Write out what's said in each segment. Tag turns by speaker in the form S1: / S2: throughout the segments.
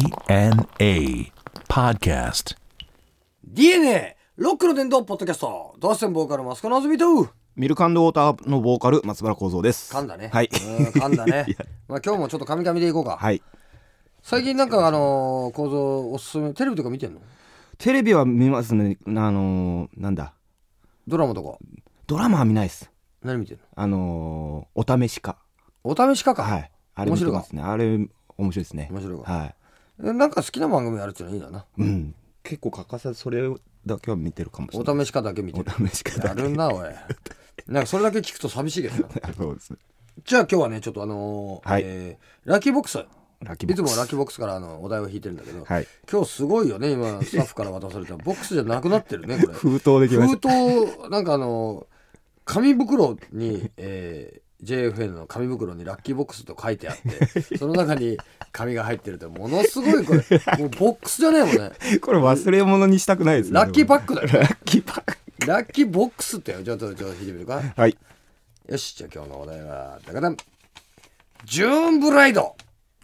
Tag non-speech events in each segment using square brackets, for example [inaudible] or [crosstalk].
S1: DNA Podcast.
S2: DNA ロックの伝道ポッドキャストドアステンボーカルマスコのずみと
S3: ミルクウォーターのボーカル松原幸三です。
S2: 噛んだね
S3: はい。
S2: うん噛んだね
S3: いや
S2: まあ今日もちょっと噛み噛みでいこうか、
S3: [laughs] はい。
S2: 最近なんかあのー、構造おすすめテレビとか見てんの
S3: テレビは見ますね。あのー、なんだ。
S2: ドラマとか
S3: ドラマは見ないです。
S2: 何見てんの
S3: あのー、お試しか。
S2: お試しかか、
S3: はい。あれ見てますね。あれ面白いですね。
S2: 面白いか
S3: は。
S2: えなんか好きな番組あるっていうのいいんだない
S3: うん。結構欠かさずそれだけは見てるかもしれない。
S2: お試しかだけ見てる
S3: お試しか
S2: や
S3: だけ
S2: るなおいなんかそれだけ聞くと寂しいけどな [laughs]
S3: そうですね。
S2: じゃあ今日はねちょっとあのー
S3: はい
S2: えーラッキーボックス
S3: ラッキーボ
S2: い
S3: ッ
S2: つ
S3: ク
S2: も
S3: ス。
S2: ラッキーボックスからあのお題を引いてるんだけど、
S3: はい
S2: 今日すごいよね今スタッフから渡されたボックスじゃなくなってるねこれ
S3: 封筒できまし
S2: 封筒なんかあの紙袋に、えー JFN の紙袋にラッキーボックスと書いてあ
S3: [laughs]
S2: ってその中に紙が入ってるってものすごいこれもうボックスじゃねえもんね
S3: た。これ忘れ物にしたくないですね。
S2: ラッキーパックだよ
S3: ラッキーパック。
S2: ラッキーボックスってよちょっとちょっと引いてみるか
S3: はい。
S2: よしじゃあ今日のお題はだからジューンブライド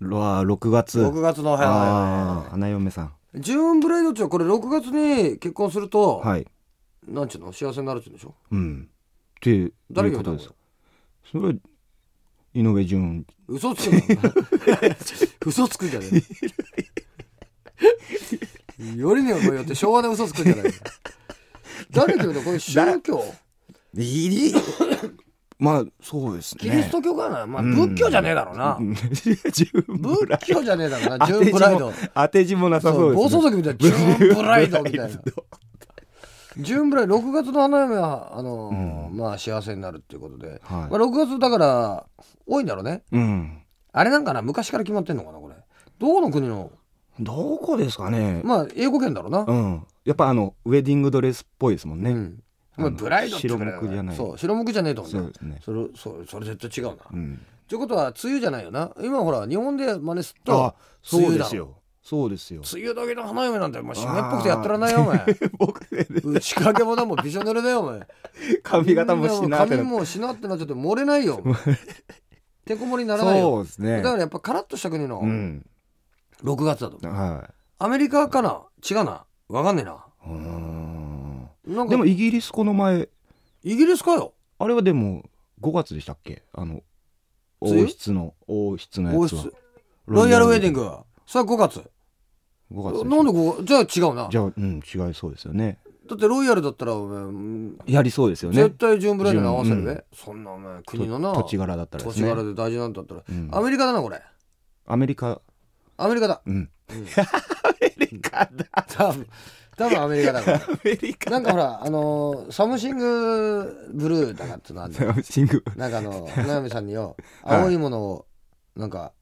S3: うわあ6月。
S2: 6月のお話
S3: ああ、花嫁さん。
S2: ジューンブライドっていうのはこれ6月に結婚すると、
S3: はい。
S2: なんちゅうの幸せになるっちゅうんでしょ
S3: うん。っていう
S2: 誰が
S3: こ
S2: 言った
S3: と
S2: の
S3: です。それは井上順
S2: 嘘つくな嘘つくんじゃねえよりにもこれよって昭和で嘘つくんじゃない誰というとこれ宗教
S3: いりまあそうですね
S2: キリスト教かな、まあ仏教じゃねえだろうな、
S3: [laughs] うん十分
S2: 仏教じゃねえだろうな
S3: 当
S2: ジ
S3: て
S2: ューン
S3: 字
S2: ブライ
S3: も
S2: ド
S3: 当て字もなさ
S2: そ
S3: そううで
S2: 暴
S3: す
S2: 走
S3: ね
S2: 族みたいなジューンブライドみ
S3: [laughs]
S2: たい [laughs] なジューンブライド6月の花嫁はあのーまあ幸せになるっていうことで、まあ、6月だから多いんだろうね
S3: うん
S2: あれなんかな昔から決まってんのかなこれどこの国の
S3: どこですかね
S2: まあ英語圏だろうな、
S3: うんやっぱあのウェディングドレスっぽいですもん
S2: う
S3: ね
S2: んまあ、
S3: あの
S2: ブライドってくらだから
S3: 白目じゃない
S2: そう白目じゃねえと思う
S3: そ
S2: ん
S3: う
S2: だ
S3: ですね
S2: それそれそれ絶対違うな、
S3: う
S2: っ
S3: ん
S2: てことは梅雨じゃないよな今ほら日本で真似する
S3: あ
S2: と梅
S3: そう
S2: 雨
S3: で
S2: だ
S3: す
S2: ろ
S3: よそうですよ
S2: 梅雨時の花嫁なんてお前湿っぽくてやってらんないよお [laughs] 前
S3: 僕ね
S2: 打ち掛けもだもんびしょ濡れだよお前
S3: 髪型もしなって
S2: 髪
S3: な
S2: もしなってなっちゃって漏れないよお前てこ盛りにならないよ
S3: そうですね
S2: だからやっぱカラッとした国の
S3: うん
S2: 6月だと、
S3: は
S2: アメリカかな違うなわかんねえない
S3: うん
S2: なんか
S3: でもイギリスこの前
S2: イギリスかよ
S3: あれはでも5月でしたっけあの
S2: 梅雨
S3: 王室の王室の
S2: 王
S3: やつは
S2: 室ロイヤルウェディン
S3: グ
S2: グさあ5月
S3: 5月でした
S2: なんでこうじゃあ違うな
S3: じゃあうん違いそうですよね
S2: だってロイヤルだったらお前うん
S3: やりそうですよね
S2: 絶対ジューンブライドに合わせるべ、
S3: うん
S2: そんなお前
S3: と
S2: 国のな
S3: 土地柄だったらで
S2: 土
S3: す
S2: 地
S3: ね
S2: 柄で大事なんだったら、
S3: うん
S2: アメリカだなこれ
S3: アメリカ
S2: アメリカだ
S3: うん
S2: [laughs]
S3: アメリカだ
S2: 多分多分アメリカだから
S3: アメリカ
S2: なんかほらあのーサムシングブルーだかってのあん
S3: [laughs]
S2: だよ
S3: シング
S2: なんかあのなみさんによ
S3: はい
S2: 青いものをなんか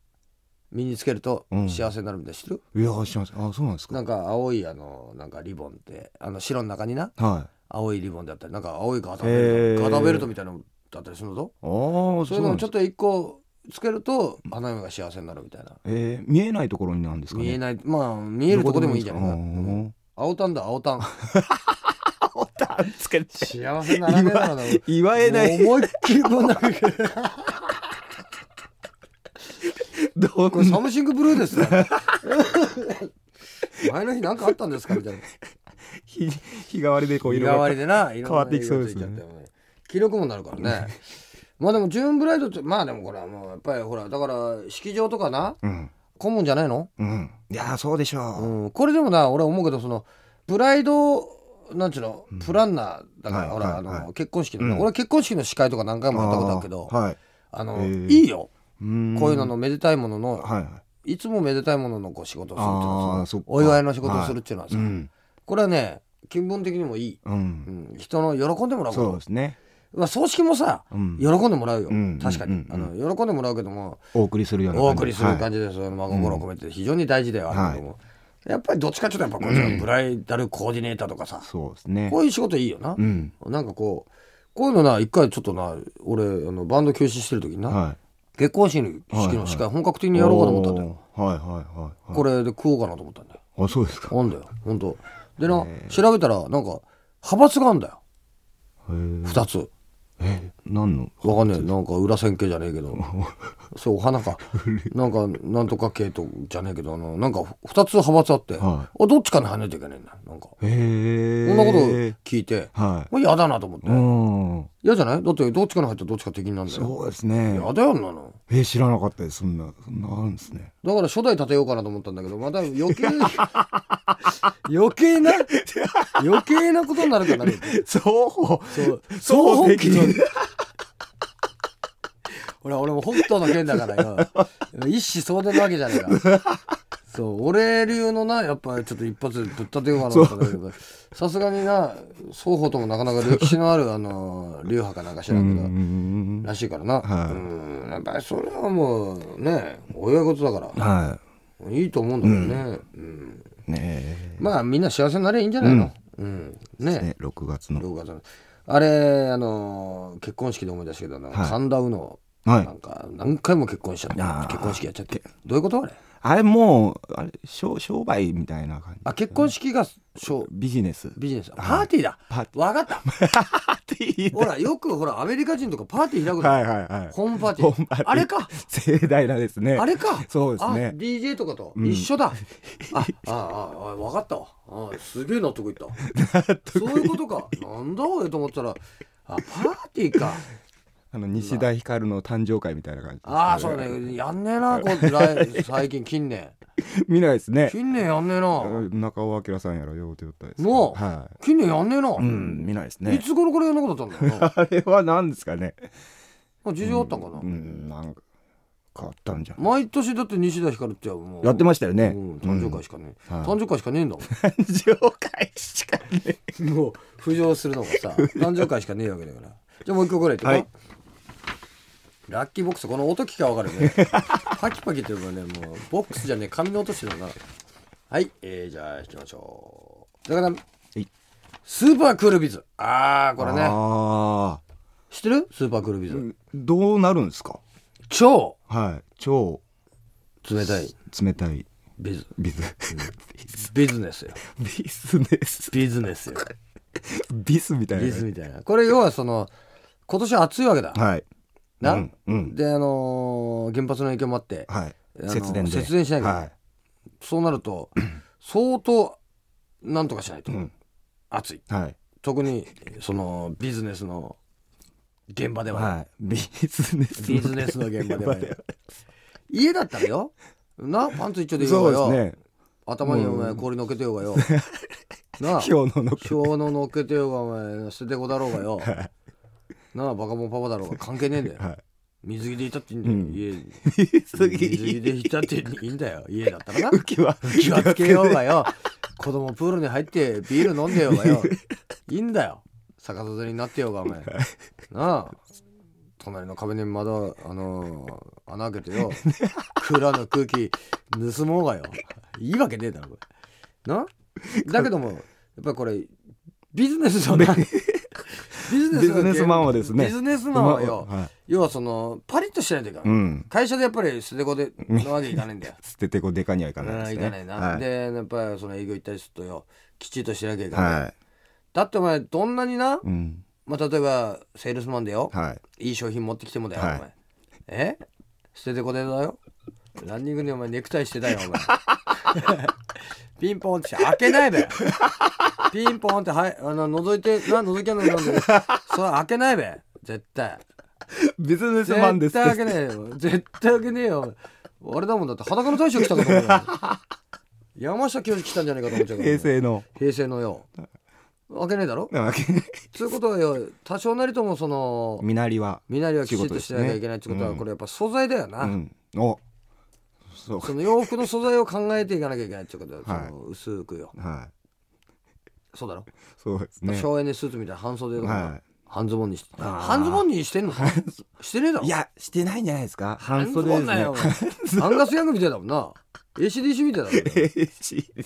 S2: 身につけると
S3: うん
S2: 幸せになるみたいな知ってる、
S3: いやしますあそうなんです
S2: な
S3: か
S2: んか青いあのなんかリボンってあの白の中にな
S3: はい
S2: 青いリボンであったりなんか青いガーターベルト
S3: へー
S2: ガーターベルトみたいなのだったりするのぞ
S3: ああ
S2: そ
S3: そ
S2: いう
S3: ううな
S2: のを
S3: ん
S2: ちょっ
S3: ですか
S2: と一個つけると花嫁が幸せになるみたいな
S3: えー見えないところになんですかね
S2: 見え
S3: ない
S2: ないまあ見えるとこでもいいじゃんうん
S3: ん
S2: 青タンだ青タン
S3: ボタンつけて
S2: [laughs] 幸せにならねえだろうな [laughs]
S3: 言わえない
S2: もう思いっきりこんなこ
S3: ど
S2: れ [laughs]
S3: ん
S2: サムシングブルー
S3: [laughs]
S2: ですよ前の日なんかあったんですかみたいな
S3: 日日替わりでこう
S2: 日
S3: 色
S2: 替わり
S3: が
S2: でな
S3: 変わっていきそうです
S2: い
S3: ね
S2: ろんな色がついちゃっても記録もなるからねまあでもジューンブライドってまあでもこれはもうやっぱりほらだから式場とかな
S3: うん
S2: 顧問じゃないの、
S3: うんいやーそうでしょ
S2: うん、これでもな俺は思うけどそのブライドなんちゅうのプランナーだから、
S3: はい
S2: ほら、
S3: はい
S2: あの、
S3: は
S2: 結婚式の、
S3: うん
S2: 俺結婚式の司会とか何回
S3: う
S2: もやったことあるけどあ,、
S3: はい
S2: の、
S3: へー
S2: いいよこ
S3: こ
S2: ういうののめでたいものの、、
S3: はいはい
S2: つもめでたいもののこう仕事をするっていうの
S3: あ
S2: は
S3: ー
S2: その
S3: そっか
S2: お祝いの仕事をするっていうのはいさ、
S3: うん
S2: これはね気分的にもいい、
S3: う
S2: うんん、人の喜んでもらうこと
S3: そうですね
S2: まあ、葬式もさ、
S3: うん
S2: 喜んでもらうよ、
S3: うん
S2: 確かに、
S3: うんうん
S2: あの喜んでもらうけども
S3: お送りするような
S2: お送りする
S3: はい
S2: 感じです、そのまあ、心を込めて非常に大事ではあるけども、やっぱりどっちかっていうとやっぱこっちのブライダルコーディネーターとかさ、
S3: そうですね
S2: こういう仕事いいよな
S3: う、ん
S2: なんかこうこういうのな一回ちょっとな俺あのバンド休止してる時にな、
S3: は
S2: 結婚式の式の司会本格的にやろうかと思ったんだよ、
S3: おーはいはいはいはい
S2: これで食おうかなと思ったんだよ
S3: あそうですか
S2: なんだよ本当でな調べたらなんか派閥があんだよ
S3: へー
S2: 2つ
S3: え何の
S2: わかんないなんか裏線形じゃねえけ
S3: [laughs]
S2: どそうお花かなんかなんとか系とじゃねえけどあのなんか2つ派閥あって、
S3: は
S2: あどっちかに跳ねていけねえんだよなんかこ
S3: へえ
S2: んなこと聞いて、
S3: はい
S2: もう嫌だなと思って
S3: うん
S2: 嫌じゃないだってどっちかに入ったらどっちか敵になるんだよ
S3: そうですね
S2: 嫌だよあんなの
S3: えー知らなかったですそんなそんなあるんですね
S2: だから初代立てようかなと思ったんだけどまた余
S3: [laughs]
S2: 計余計な余計なことになるからなる
S3: そう
S2: そう
S3: そう
S2: そう本気
S3: でき
S2: ほら俺も北斗の剣だ [laughs] からよ一子相伝なわけじゃねえかそう俺流のなやっぱちょっと一発でぶっ立てようかなと思ったんだけどさすがにな双方ともなかなか歴史のあるあの流派かなんか知らんけど
S3: ん
S2: らしいからな、
S3: はい
S2: うんやっぱりそれはもうねお祝い事だから
S3: はい
S2: いいと思うんだけどね、うん
S3: ねえ
S2: まあみんな幸せになればいいんじゃないの、うんね
S3: ね6月の
S2: どうかとあれあのー結婚式で思い出したけど、あの
S3: はい
S2: 神田うの
S3: はい
S2: なんか何回も結婚しちゃって、
S3: あー
S2: 結婚式やっちゃってどういうことあれ
S3: あれもうあれ商商売みたいな感じ
S2: あ結婚式がそう
S3: ビジネス
S2: ビジネスパーティーだ
S3: パーテ
S2: わかった
S3: ィ
S2: ほらよくほらアメリカ人とかパーティー開くの、
S3: はいはいはい
S2: ホームパーティー
S3: ホームパーティー
S2: あれか
S3: 盛大なですね
S2: あれか
S3: そうです
S2: あ
S3: ね
S2: DJ とかと一緒
S3: [laughs]
S2: だ、ああああ分かったわあすげえ納得いったそういうことかなんだおいと思ったらあパーティーか
S3: あの西田ひかるの誕生会みたいな感じです
S2: ああそうねやんねえなこう来最近近年
S3: 見ないですね
S2: 近年やんねえな
S3: 中尾明さんやらようって言ったですけど
S2: もう、
S3: は
S2: 近年やんねえな、
S3: いうん見ないです
S2: い
S3: ね
S2: つ頃からやんなくなったんだ
S3: [laughs]
S2: よな
S3: あれは何ですかね
S2: まあ事情あったんかな、
S3: うんなんか変わったんじゃん
S2: 毎年だって西田ひかるってもう
S3: やって
S2: ま
S3: ましたよね
S2: うん、誕生会しかね、
S3: うんはい
S2: 誕生会しかねえんだも
S3: [laughs] 誕生会しかね
S2: んもう浮上するのがさ誕生会しかねえわけだからじゃあもう一個ぐらいいってこう
S3: はい
S2: ラッキーボックスこの音聞きゃ分か
S3: [laughs]
S2: るねパキパキっていうかねもうボックスじゃねえ紙の音してるなはい、えー、じゃあ引きましょうだから
S3: い
S2: スーパークールビズああこれね
S3: ああ
S2: 知ってるスーパークールビズ、
S3: どうなるんですか
S2: 超
S3: はい超
S2: 冷たい
S3: 冷たい
S2: ビズ
S3: ビズ
S2: ビジネスよ
S3: [laughs] ビズネス
S2: ビジネス
S3: [laughs]
S2: よ
S3: ビスみたいな
S2: ビズみたいなこれ要はその今年暑いわけだ、
S3: はい
S2: な、
S3: うんうん
S2: であのー原発の影響もあって、
S3: はい
S2: あの
S3: 節電で
S2: 節電しなきゃ
S3: はい
S2: そうなると相当なんとかしないと、
S3: うん
S2: 暑い
S3: はい
S2: 特にそのビジネスの現場では、
S3: はいビズネス
S2: ビジネスの現場ではね家だったらよなパンツ一丁でいようが
S3: そ
S2: よ、
S3: うですね
S2: 頭にお前氷のっけてようがよ、なあ
S3: 氷のの
S2: 氷の乗っけてようがお前捨ててこだろうがよなあバカモンパパだろうが関係ねえんだよ
S3: はい
S2: 水着でいたっていいんだよ、
S3: うん
S2: 家に
S3: 水
S2: 水着でいたっていいんだよ家だった
S3: [laughs]
S2: らな
S3: 浮き輪
S2: 気をつけようがよ子供プールに入ってビール飲んでようがよいいんだよ逆さずになってようがお前なあ隣の壁に窓あのー穴開けてよ蔵の空気盗もうがよいいわけねえだろこれなだけどもやっぱりこれビジネスじゃないビジ
S3: [laughs] ビジネスマン
S2: は
S3: はですね
S2: ビジネスマンはよ、
S3: はい
S2: 要はそのパリッとしないといけない、
S3: うん
S2: 会社でやっぱり捨てこでなわけいか
S3: [laughs]
S2: ないんだよ
S3: 捨ててこでかにはいか
S2: うん
S3: ないです
S2: い
S3: ね
S2: かないな、
S3: はい
S2: でやっぱりその営業行ったりするとよきちっとしなきゃいけない、
S3: は
S2: だってお前どんなにな、
S3: いうん
S2: まあ、例えばセールスマンでよ、
S3: はい
S2: い、い商品持ってきてもだよ、
S3: はい
S2: お前え捨ててこでだよランニングにお前ネクタイしてたよお前
S3: [laughs]
S2: ピンポンってして開けないべピンポンってはいあの覗いてな覗きゃなんだけどそれ開けないべ絶対
S3: [laughs] ビジネス
S2: 絶
S3: マンで
S2: 対
S3: すって
S2: 開けねえよ絶対開けねえよあれだもんだって裸の大将来たかと思うよ山下教授来たんじゃないかと思っちゃうから
S3: 平成の
S2: 平成のよ開けねえだろ
S3: なん [laughs] か
S2: ということはよ多少なりともその
S3: 身なりは
S2: 身なりはきちっとしなきゃいけないってことは
S3: うん
S2: これやっぱ素材だよな、
S3: うんおそう
S2: その洋服の素材を考えていかなきゃいけないってことだよ、
S3: はい
S2: その薄くよ
S3: は
S2: そうだろ
S3: いそうですね
S2: 省エネスーツみたいな半袖とか、
S3: はい
S2: 半ズボンにして
S3: あー
S2: 半ズボンにして
S3: [laughs]
S2: んのしてねえだろ
S3: いやしてないんじゃないですか
S2: 半
S3: 半
S2: ズ
S3: 袖
S2: ボン
S3: です
S2: だ
S3: ね [laughs]
S2: よ、お前アンガスヤングみたいだもんな ACDC みたいだもんな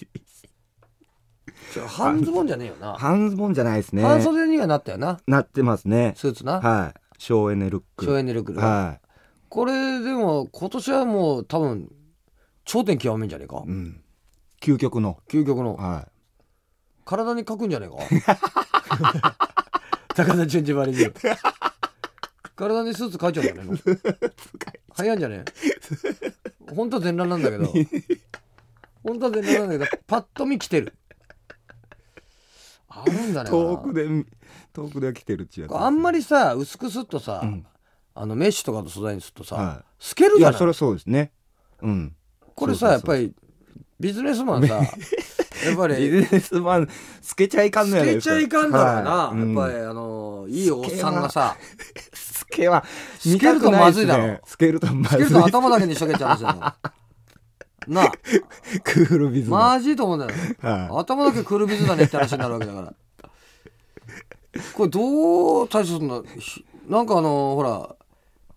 S2: ちょ半ズボンじゃねえよな。
S3: 半ズボンじゃないですね
S2: 半袖にはなったよな。
S3: なってますね
S2: スーツな。
S3: はい省エネルック
S2: 省エネルックで
S3: は
S2: これでも今年はもう多分頂点極めんじゃねえか
S3: い。うん究極の
S2: 究極の
S3: は
S2: [laughs] 体に書くんじゃねえか。高田純次バリに。体にスーツ描いちゃうんじゃねえの早いんじゃねえ本当は全裸なんだけど本当は全裸なんだけどパッと見来てるあるんだね
S3: 遠くで遠くで来てるっちやつ
S2: あんまりさ薄くすっとさ、
S3: うん
S2: あのメッシュとかの素材にすっとさ、
S3: は
S2: 透ける
S3: い
S2: じゃ
S3: や
S2: ない
S3: それはそうですねうん
S2: これさ
S3: そう
S2: や
S3: そう
S2: っぱ
S3: そう
S2: りビジネスマンさ [laughs] やっ
S3: [laughs]
S2: ぱ
S3: ビ
S2: り
S3: ジネスマン透けちゃいかんのや
S2: 透
S3: な
S2: け
S3: いです
S2: ち
S3: か
S2: ゃいかんだろうな、
S3: はいうん
S2: やっぱりあのいいおっさんがさ
S3: 透けは
S2: 透けるとまずいだろ
S3: 透けるとま
S2: 透け
S3: ずい
S2: ると頭だけにしとけちゃうじゃんな
S3: [laughs]
S2: あ
S3: クールビズマン、
S2: マジと思うんだよ
S3: はい
S2: 頭だけクールビズだねって話になるわけだからこれどう対処するんだひなんかあのほら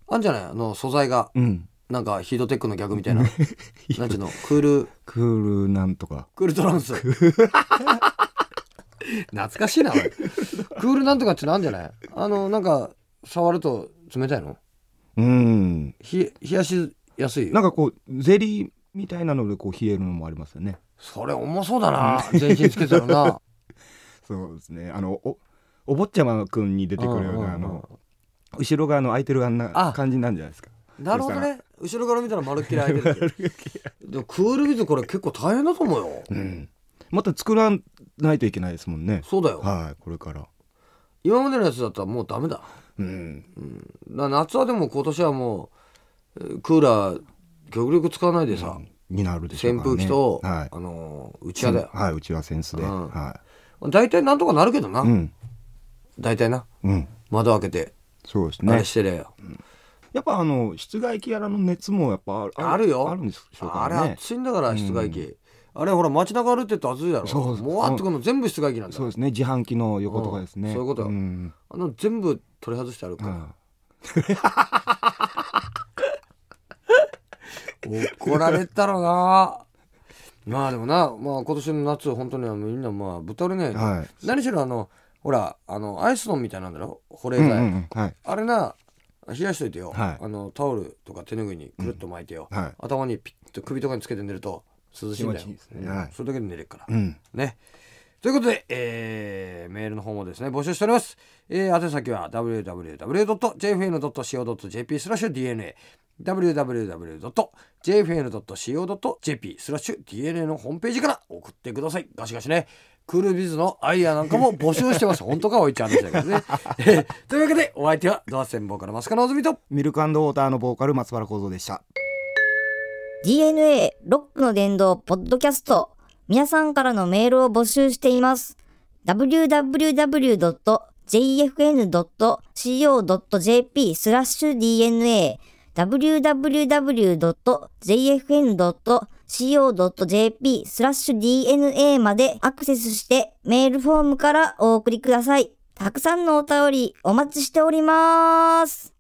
S2: あんじゃないあの素材が
S3: うん
S2: なんかヒードテックの逆みた
S3: [laughs]
S2: いななんちゅうのクール
S3: クールなんとか
S2: クールトラン [laughs] ス懐かしいなおいクールなんとかってなんじゃないあのなんか触ると冷たいの
S3: うん
S2: ひ冷やしやすい
S3: なんかこうゼリーみたいなのでこう冷えるのもありますよね
S2: それ重そうだな全身つけたらな
S3: そうですねあのおお坊ちゃまくん [laughs] に出てくるようなあ
S2: うんうんうん
S3: の後ろ側の空いてるあんな
S2: あ
S3: 感じなんじゃないですか
S2: なるほどね後ろから見たら丸っきり開い
S3: [laughs]
S2: てるでもクールビズこれ結構大変だと思うよ
S3: うんまた作らないといけないですもんね
S2: そうだよ、
S3: はいこれから
S2: 今までのやつだったらもうダメだだか
S3: うん
S2: ら夏はでも今年はもうえークーラー極力使わないでさ、
S3: になるでしょう
S2: 扇
S3: からね
S2: 風機と、
S3: はい
S2: あのー内輪だよ、
S3: はいうちはセンスで
S2: うん
S3: は
S2: 大体なんとかなるけどな、
S3: いうん
S2: 大体な
S3: うん
S2: 窓開けて
S3: そうです
S2: あ
S3: ね
S2: れしてりゃよ、
S3: やっぱあの室外機やらの熱もやっぱ
S2: あるよ
S3: あるんでしょう
S2: あ
S3: か
S2: れ
S3: らね
S2: 暑いんだから室外機、あれほら街中歩いてると暑いだろ
S3: そう
S2: もうあっとくの全部室外機なんだ
S3: そうですね自販機の横とかです
S2: う
S3: ね
S2: んそういうことよ
S3: ん
S2: あの全部取り外してあるから、怒られたろな [laughs] まあでもな、まあ、今年の夏本当にはみんなまあ豚れね、
S3: は
S2: 何しろあのほらあのアイスのみたいなんだろ保冷
S3: い。うん
S2: 剤、
S3: うんうんはい。
S2: あれな冷やしといてよ、
S3: はい
S2: あのタオルとか手ぬぐいにくるっと巻いてよ、
S3: うんはい
S2: 頭にピッと首とかにつけて寝ると涼しいんだよ
S3: 気持ちいいですねはい
S2: それだけで寝れるから、
S3: うん。
S2: ね。ということで、えーメールの方もですね、募集しております。えー、宛先は www.jfn.co.jp スラッシュ DNA、www.jfn.co.jp スラッシュ DNA のホームページから送ってください。ガシガシね。クールビズのアイデアなんかも募集してます。本 [laughs] 当かおいっちゃんでしたけどね。えーというわけで、お相手はドアセンボーカルマスカのおずみと、
S3: ミルクウォーターのボーカル松原幸三でした。
S4: DNA ロックの伝道ポッドキャスト皆さんからのメールを募集しています www.jfn.co.jp スラッシュ DNA www.jfn.co.jp スラッシュ DNA までアクセスしてメールフォームからお送りくださいたくさんのお便りお待ちしております